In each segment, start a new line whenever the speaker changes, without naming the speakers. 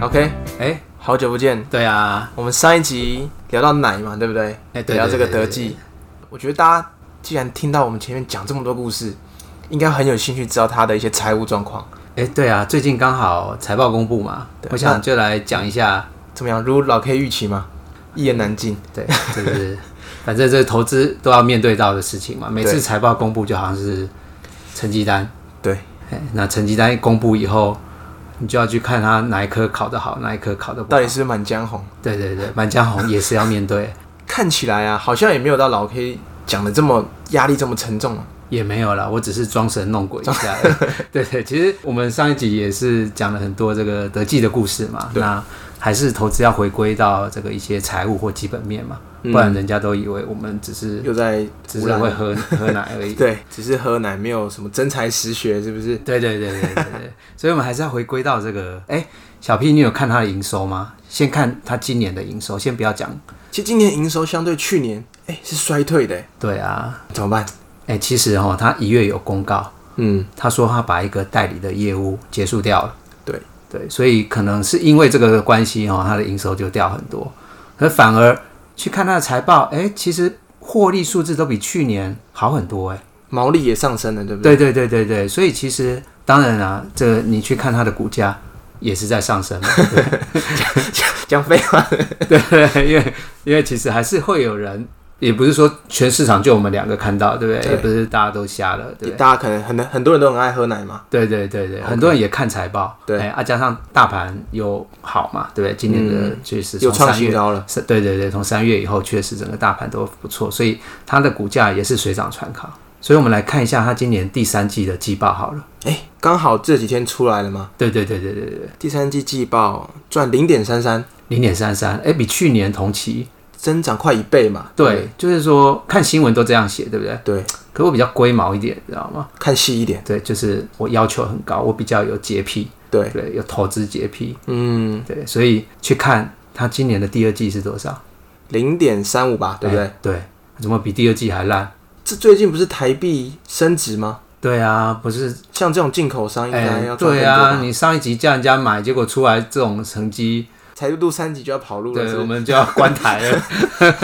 OK，哎、好久不见。
对啊，
我们上一集聊到奶嘛，对不对？
哎对
聊这个德
对
记。我觉得大家既然听到我们前面讲这么多故事，应该很有兴趣知道他的一些财务状况
哎、对啊，最近刚好财报公布嘛，我
那
想就来讲一下。
怎么样，如老 K 预期吗？一言难尽。
对，就是 反正这个投资都要面对到的事情嘛。每
对
次财报公布就好像是成绩单，
对，
哎，那成绩单一公布以后，你就要去看他哪一科考得好，哪一科考得不
到
好。
底是不是满江红？
对对对，《满江红》也是要面对，
看起来啊，好像也没有到老 K 讲的这么压力这么沉重啊。
也没有啦，我只是装神弄鬼一下而已。 对对，其实我们上一集也是讲了很多这个德记的故事嘛，那还是投资要回归到这个一些财务或基本面嘛，不然人家都以为我们只是
又在
只
胡
是
乱
会喝喝奶而已。
对，只是喝奶，没有什么真才实学，是不是？
对对对对对对， 所以我们还是要回归到这个，哎、小 P，你有看他的营收吗？先看他今年的营收，先不要讲。
其实今年营收相对去年，哎、是衰退的、哎
对啊，
怎么办？
哎、其实哈、哦，他一月有公告，
嗯，
他说他把一个代理的业务结束掉了。
对
对，所以可能是因为这个关系哈、哦，他的营收就掉很多。可反而去看他的财报，哎、其实获利数字都比去年好很多哎。
毛利也上升了， 对不对？
对对对对对，所以其实当然啦、这个你去看它的股价也是在 上升嘛，
讲废话，
对对对，因为因为其实还是会有人，也不是说全市场就我们两个看到，对不对？
对
也不是大家都瞎了，对不对？
大家可能很很多人都很爱喝奶嘛，
对对对对，很多人也看财报，
对
哎啊，加上大盘又好嘛，对不对？今年的确实
又
从
创
三
新
月，
高了。
是对对对，从三月以后确实整个大盘都不错，所以它的股价也是水涨船高。所以我们来看一下它今年第三季的季报好了。
哎，刚好这几天出来了嘛，
对对对对对对，
第三季季报赚零点三三，
零点三三，哎，比去年同期，
增长快一倍嘛。
对，就是说看新闻都这样写，对不对？
对，
可我比较龟毛一点，你知道吗？
看细一点。
对，就是我要求很高，我比较有洁癖，
对，
对，有投资洁癖，
嗯，
对，所以去看它今年的第二季是多少。
零点三五吧，对不对？
哎对，怎么比第二季还烂？
这最近不是台币升值吗？
对啊，不是，
像这种进口商应该要赚更
对
多吧
啊，你上一集叫人家买，结果出来这种成绩，
才录三集就要跑路了，
对
是
我
不是？
们就要关台了。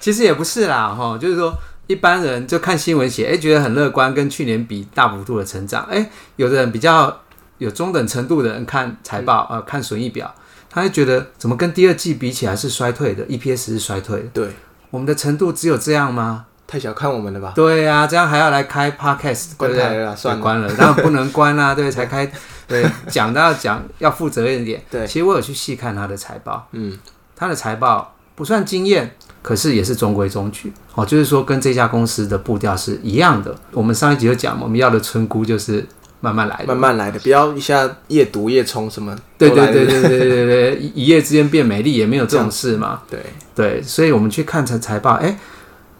其实也不是啦，哈，就是说一般人就看新闻写，哎、觉得很乐观，跟去年比大幅度的成长，哎、有的人比较有中等程度的人看财报，
嗯
呃，看损益表，他会觉得怎么跟第二季比起来是衰退的，EPS 是衰退的，
对，
我们的程度只有这样吗？
太小看我们了吧？
对啊，这样还要来开 podcast，对
关
不
台
对？
了啦，算了。
关了，当然不能关啦、 对，才开，对，讲都要讲，要负责任一点。
对
其实我有去细看他的财报，
嗯，
他的财报不算惊艳，可是也是中规中矩哦，就是说跟这家公司的步调是一样的。我们上一集有讲嘛，我们要的村姑就是慢慢来的，
慢慢来的，不要一下夜读夜冲什么。
对
都
对
来
对
了
对对对对，一一夜之间变美丽也没有这种事嘛，
对，
对，所以我们去看财财报，哎，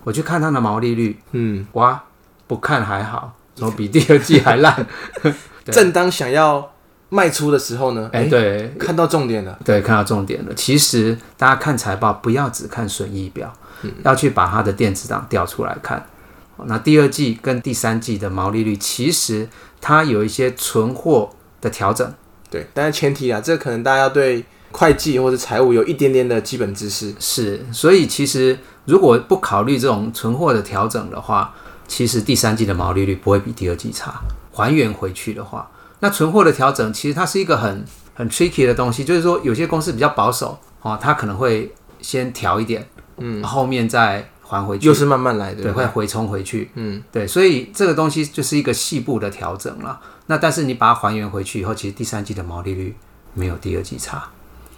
我去看它的毛利率，
嗯，
哇，不看还好，怎么比第二季还 烂？对
正当想要卖出的时候呢，
哎、
哎，
对
看到重点了，
对，看到重点了。其实大家看财报不要只看损益表，要去把它的电子档调出来看。那第二季跟第三季的毛利率，其实它有一些存货的调整。
对，但是前提啊，这可能大家要对会计或者财务有一点点的基本知识，
是，所以其实如果不考虑这种存货的调整的话，其实第三季的毛利率不会比第二季差。还原回去的话，那存货的调整其实它是一个很很 tricky 的东西，就是说有些公司比较保守哦，它可能会先调一点，嗯，后面再还回去
又，是慢慢来的，
对，会回冲回去，
嗯，
对，所以这个东西就是一个细部的调整了。那但是你把它还原回去以后，其实第三季的毛利率没有第二季差。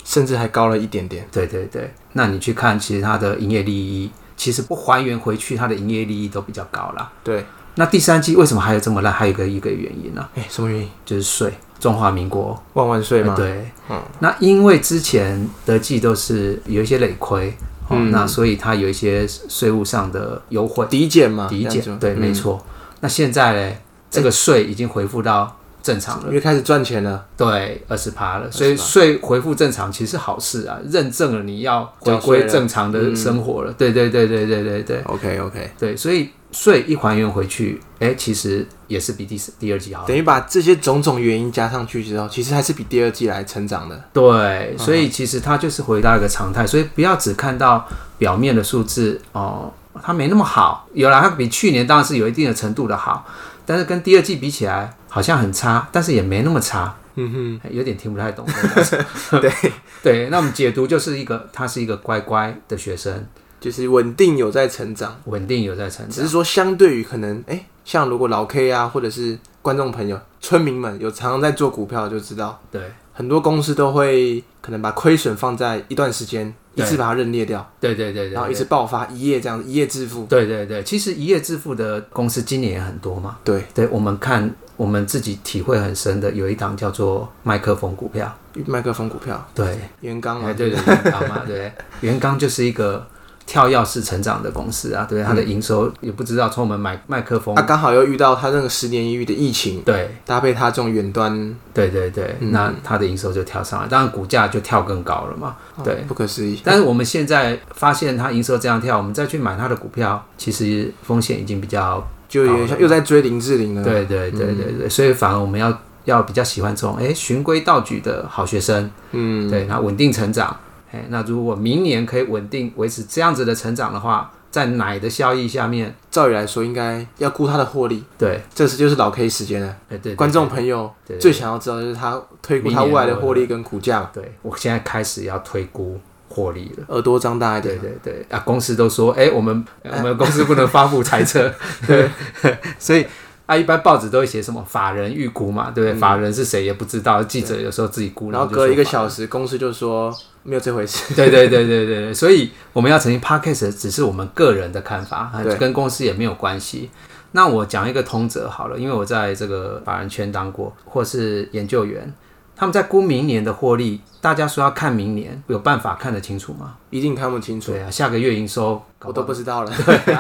甚至还高了一点点，
对对对，那你去看，其实它的营业利益其实不还原回去，它的营业利益都比较高啦。
对，
那第三季为什么还有这么烂？还有一个一个原因呢、
哎，什么原因？
就是税。中华民国
万万岁吗？
哎
嗯
对，那因为之前德记都是有一些累亏，哦，
嗯
那所以它有一些税务上的优惠
抵减嘛，嗯
抵
啊这样说
减，对，没错。那现在嘞，这个税已经恢复到正常了。
因为开始赚钱了，
对，二十趴了，所以税恢复正常其实是好事啊，认证了你要回
缴税
归
了
正常的生活了。对对对对对对对
OK OK，
对，所以税一还原回去，哎、其实也是比第四第二季好。
等于把这些种种原因加上去之后，其实还是比第二季来成长的。
对，所
嗯
以其实它就是回到一个常态，所以不要只看到表面的数字哦，它没那么好。有啦，它比去年当然是有一定的程度的好，但是跟第二季比起来好像很差，但是也没那么差。嗯哼，有点听不太懂。
对
对，那我们解读就是一个，他是一个乖乖的学生，
就是稳定有在成长，
稳定有在成
只
长。
是说相对于可能，哎、像如果老 K 啊，或者是观众朋友、村民们有常常在做股票，就知道
对
很多公司都会可能把亏损放在一段时间，一
对
次把它认列掉，
对对对对，
然后一直爆发，一夜这样子，一夜致富。
对对对，其实一夜致富的公司今年也很多嘛。
对，
对，我们看我们自己体会很深的，有一档叫做麦克风股票。
麦克风股票，啊
对，
元刚
哎，
嘛，
对对，元刚嘛，对， 元刚就是一个跳跃式成长的公司啊，对，它的营收也不知道从我们买麦克风
他，嗯啊刚好又遇到他那个十年一遇的疫情，
对
搭配他这种远端，
对对对，
嗯
那它的营收就跳上来，当然股价就跳更高了嘛，对。
不可思议。
但是我们现在发现它营收这样跳，我们再去买它的股票，其实风险已经比较，
就有点像又在追林志玲了。
对对对对
嗯
对，所以反而我们要要比较喜欢这种哎循规蹈矩的好学生，
嗯，
对，那稳定成长。哎，那如果明年可以稳定维持这样子的成长的话，在奶的效益下面，
照理来说应该要顾他的获利，
对，
这次就是老 K 时间了。
哎对对，
观众朋友
对对
最想要知道的就是他推估他未来的获利跟股价嘛，
对我现在开始要推估获利了。
耳朵张大一
对
点。
对对啊！公司都说，哎、我们
呃
我们公司不能发布 财测，对， 所以啊，一般报纸都会写什么法人预估嘛，对不对？法人是谁也不知道，记者有时候自己估，
嗯然后
就
隔
说
一个
法
小时，公司就说没有这回事。
对对对对对对，所以我们要澄清 podcast 只是我们个人的看法，啊
对
跟公司也没有关系。那我讲一个通则好了，因为我在这个法人圈当过，或是研究员，他们在估明年的获利，大家说要看明年，有办法看得清楚吗？
一定看不清楚，
对啊，下个月营收
我都不知道了。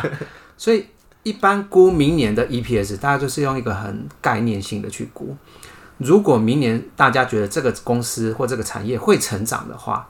所以一般估明年的 EPS，大家就是用一个很概念性的去估。如果明年大家觉得这个公司或这个产业会成长的话，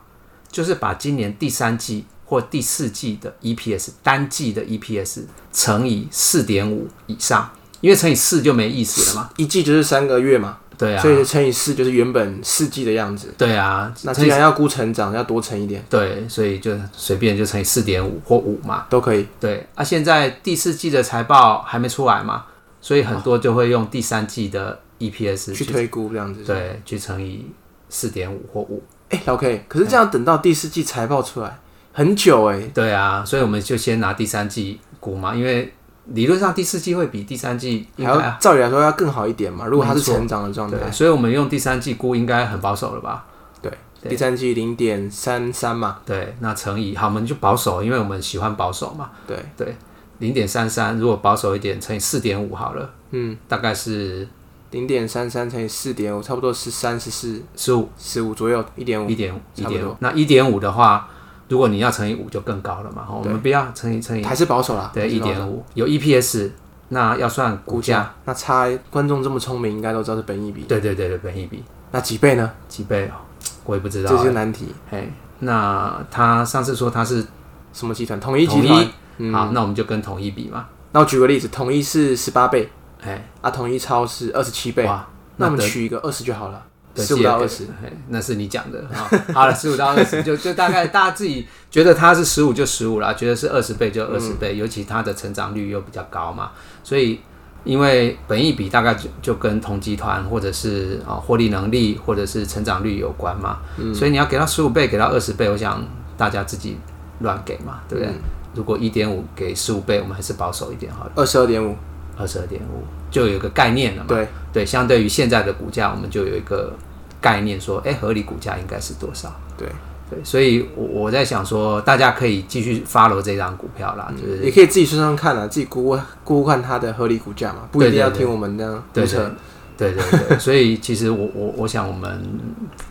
就是把今年第三季或第四季的 EPS 单季的 EPS 乘以四点五以上，因为乘以四就没意思了嘛。
一季就是三个月嘛，
对啊
所，以乘以四就是原本四季的样子。
对啊，
那
乘
既
以
然要估成长，要多乘一点
对，所以就随便就乘以四点五或五嘛。
都可以。
对啊，现在第四季的财报还没出来嘛，所以很多就会用第三季的 E EPS
去推估这样子。
对去乘以四点五或五。
哎、老 K，可是这样等到第四季财报出来很久哎、
对啊，所以我们就先拿第三季估嘛，因为理论上第四季会比第三季应
还
该啊
要照理来说要更好一点嘛。如果它是成长的状态，
对，所以我们用第三季估应该很保守了吧？
对，第三季零点三三嘛，
对，那乘以好，我们就保守，因为我们喜欢保守嘛。
对，
对，零点三三，如果保守一点，乘以四点五好了，
嗯，
大概是
零点三三乘以四点五，差不多十三、十四、
十五
十五左右，一点五
一。点一
差不
点
多
五，那一点五的话，如果你要乘以五就更高了嘛。齁我们不要乘以乘以
还是保守啦，
对
还是
一
保守
点五，有 EPS，那要算股
股
价，
价，那差观众这么聪明，应该都知道是本益比，
对对对对，本益比
那几倍呢？
几倍哦，我也不知道
这
欸。
是难题。
哎，那他上次说他是
什么集团？统一集
统
团
一。，
嗯，
好，那我们就跟统一比嘛。
那我举个例子，统一是十八倍，
哎，
啊，统一超是二十七倍，
哇，
那我们
德
取一个二十就好了，
德
十
基
五
也
到
可
二
以
十，
嘿那是你讲的啊。好了，十五到二十，就就大概大家自己觉得它是十五就十五啦，觉得是二十倍就二十倍，尤其它的成长率又比较高嘛，所以因为本益比大概就就跟同集团或者是啊获利能力或者是成长率有关嘛，所以你要给到十五倍，给到二十倍，我想大家自己乱给嘛，对不对？如果一点五给十五倍，我们还是保守一点好了，
二十二点五，
二十二点五就有一个概念了嘛。
对，
对，相对于现在的股价，我们就有一个概念说，哎，合理股价应该是多少？
对，
对，所以我我在想说，大家可以继续 follow 这张股票啦，就是
也可以自己算算看啊，自己估估看它的合理股价嘛，不一定
对对
要
对
听我们那样
对
预
对
测。
对对对，所以其实我我我想我们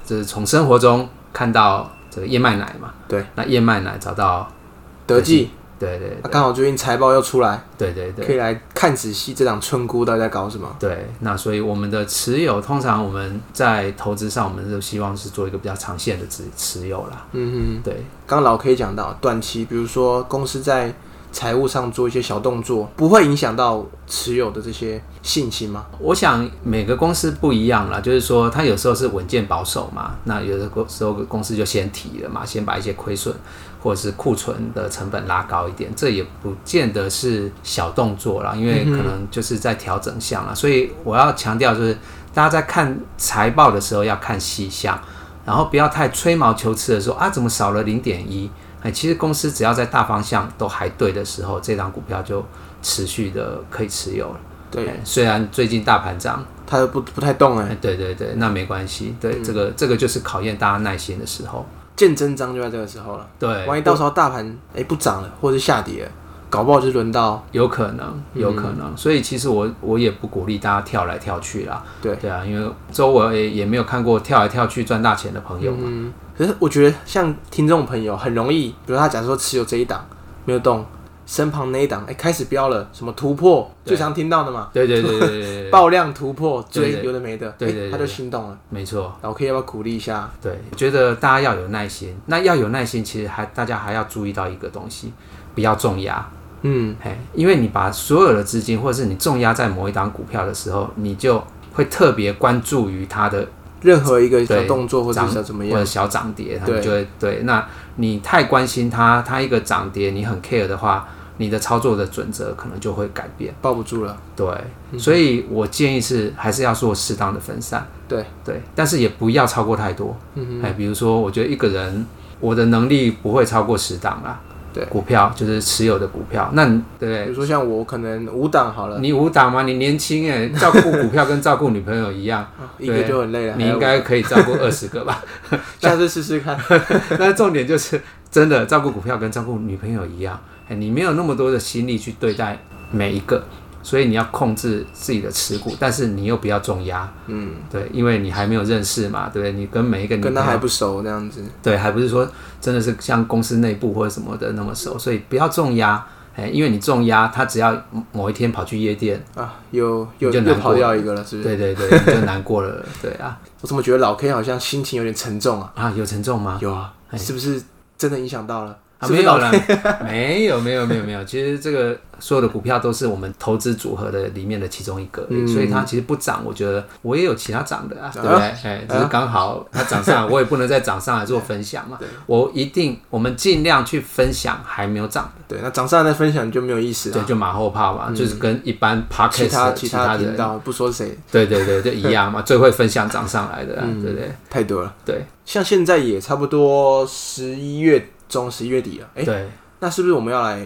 就是从生活中看到这个燕麦奶嘛，
对，
那燕麦奶找到
德记
对对
那啊刚好最近财报又出来，
对对对
可以来看仔细这档村姑到底在搞什么。
对，那所以我们的持有，通常我们在投资上，我们都希望是做一个比较长线的持持有啦。
嗯
对
哼，刚刚老 K 讲到，短期比如说公司在财务上做一些小动作，不会影响到持有的这些信心吗？
我想每个公司不一样啦，就是说它有时候是稳健保守嘛，那有的公时候公司就先提了嘛，先把一些亏损或者是库存的成本拉高一点，这也不见得是小动作啦，因为可能就是在调整项啦。所以我要强调就是，大家在看财报的时候要看细项，然后不要太吹毛求疵的说啊怎么少了零点一，哎，其实公司只要在大方向都还对的时候，这档股票就持续的可以持有了。
对，
哎，虽然最近大盘涨，
它不不太动哎、
哎，对对对，那没关系，对，
嗯
这个这个就是考验大家耐心的时候，
见真章就在这个时候了。
对，
万一到时候大盘哎、不涨了，或者下跌了，搞不好就轮到
有可能，
嗯
有可能，所以其实我我也不鼓励大家跳来跳去啦，
对
对啊，因为周围也没有看过跳来跳去赚大钱的朋友嘛，
嗯，可是我觉得像听众朋友很容易，比如他假如说持有这一档没有动，身旁那一档哎、开始飙了，什么突破，
对
最常听到的嘛，
对对对对对对对，
爆量突破追
对对
有的没的，
对
哎
对对
他就
对
心动了。
没错，
老 K 要不要鼓励一下？
对，觉得大家要有耐心，那要有耐心，其实还大家还要注意到一个东西，不要重压，
嗯，
嘿，因为你把所有的资金，或者是你重压在某一档股票的时候，你就会特别关注于它的
任何一个小
对
动作或者
涨
小怎么
或者
样，
小涨跌，它
对
就会对。那你太关心它，它一个涨跌你很 care 的话，你的操作的准则可能就会改变。
抱不住了。
对，所以我建议是还是要做适当的分散，
对
对，但是也不要超过太多。嗯哎，比如说，我觉得一个人我的能力不会超过十档啦。
对
股票就是持有的股票，那你对不对
比如说像我可能五档好了，
你五档吗？你年轻哎，照顾股票跟照顾女朋友一 样，
一个
嗯对
就很累了，
你
还有
应该可以照顾二十个吧？
下次试试看。
但重点就是真的照顾股票跟照顾女朋友一样，哎，你没有那么多的心力去对待每一个，所以你要控制自己的持股，但是你又不要重压，
嗯，
对，因为你还没有认识嘛，对不对？你跟每一个女
跟他
朋友
还不熟这样子。
对，还不是说真的是像公司内部或者什么的那么熟，所以不要重压，哎，因为你重压，他只要某一天跑去夜店，
啊，又又
你就
又
难
跑
过
掉一个了，是不是？
对对对，你就难过了，对啊。
我怎么觉得老 K 好像心情有点沉重啊？
啊，有沉重吗？
有啊，是不是真的影响到了？
啊，
是不
没
是
有
老
啦， 没有，没有，没有，没有。其实这个所有的股票都是我们投资组合的里面的其中一个而已，
嗯
所以它其实不涨，我觉得我也有其他涨的啊，对不对？
啊
哎，只是刚好它涨上来，我也不能再涨上来做分享 嘛。我一定，我们尽量去分享还没有涨
对，那涨上来的分享就没有意思
的，
了
对，。就马后炮嘛，就是跟一般 p o c
其
k e
他
t
其
其
他
他
频
人，
道不说谁
对对对，就一样嘛，最会分享涨上来的啊，对不对？
太多了，
对
像现在也差不多十一月中、十一月底了。哎，
对，
那是不是我们要来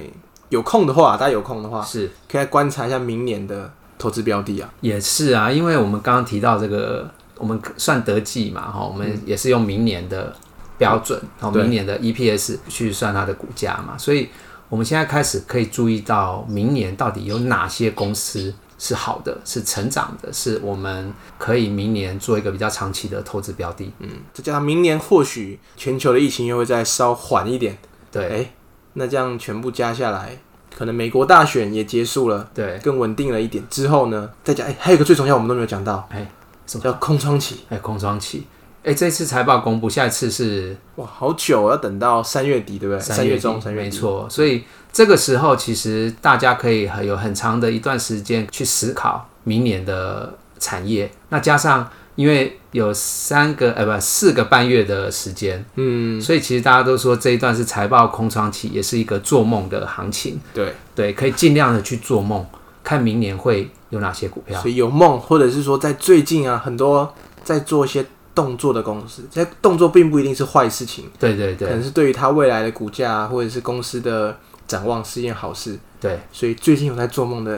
有空的话，大家有空的话，
是。
可以来观察一下明年的投资标的啊？
也是啊，因为我们刚刚提到这个，我们算得计嘛，哈，我们也是用明年的标准，哦、
对
明年的 EPS 去算它的股价嘛，所以我们现在开始可以注意到明年到底有哪些公司是好的，是成长的，是我们可以明年做一个比较长期的投资标的。
嗯，再加上明年或许全球的疫情又会再稍缓一点。
对
哎，那这样全部加下来，可能美国大选也结束了。
对，
更稳定了一点之后呢，再讲，哎、还有一个最重要，我们都没有讲到，
哎什
叫空窗期，
哎，空窗期，哎，这次财报公布，下一次是
哇，好久，要等到三月底，对不对？三
月
月
底
中，三月
没
底，
错。所以这个时候，其实大家可以很有很长的一段时间去思考明年的产业。那加上，因为有三个呃不四个半月的时间，
嗯，
所以其实大家都说这一段是财报空窗期，也是一个做梦的行情。
对，
对，可以尽量的去做梦，看明年会有哪些股票。
所以有梦，或者是说在最近啊，很多在做一些动作的公司，这些动作并不一定是坏事情，
对对
可
对
能是对于它未来的股价、啊、或者是公司的展望是一件好事，
对
所以最近有在做梦的，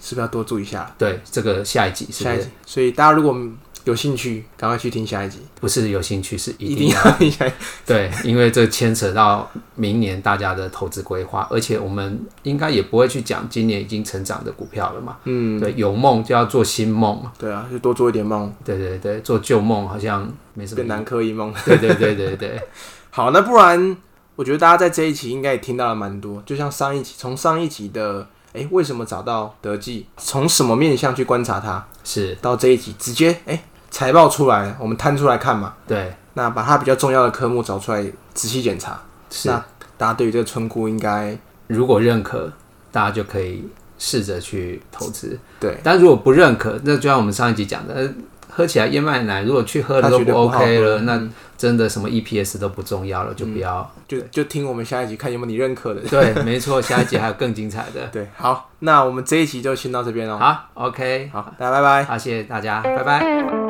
是不是要多注意一下？
对，这个下一集是不
下一
是
集，所以大家如果有兴趣，赶快去听下一集，
不是有兴趣是一
一定
定
要听下一集。
对，因为这牵扯到明年大家的投资规划，而且我们应该也不会去讲今年已经成长的股票了嘛。
嗯，
对，有梦就要做新梦，
对啊，就多做一点梦，
对对对，做旧梦好像没什么
变
意义。
南柯一梦。
对对对对对，
好，那不然我觉得大家在这一期应该也听到了蛮多，就像上一期，从上一集的哎、诶为什么找到德记，从什么面向去观察它，
是
到这一集直接哎、诶财报出来了，我们摊出来看嘛，
对，
那把它比较重要的科目找出来仔细检查。
是
那大家对于这个村姑应该
如果认可，大家就可以试着去投资。
对
但如果不认可，那就像我们上一集讲的，呃喝起来燕麦奶如果去喝了
他
都
觉得
不
不好嗯
OK 了，
喝
那真的什么 EPS 都不重要了，就不要。
就就听我们下一集看有没有你认可的。
对，没错，下一集还有更精彩的。
对，好，那我们这一集就先到这边喽。
好，OK，
好，大家拜拜。
好，谢谢大家，拜拜。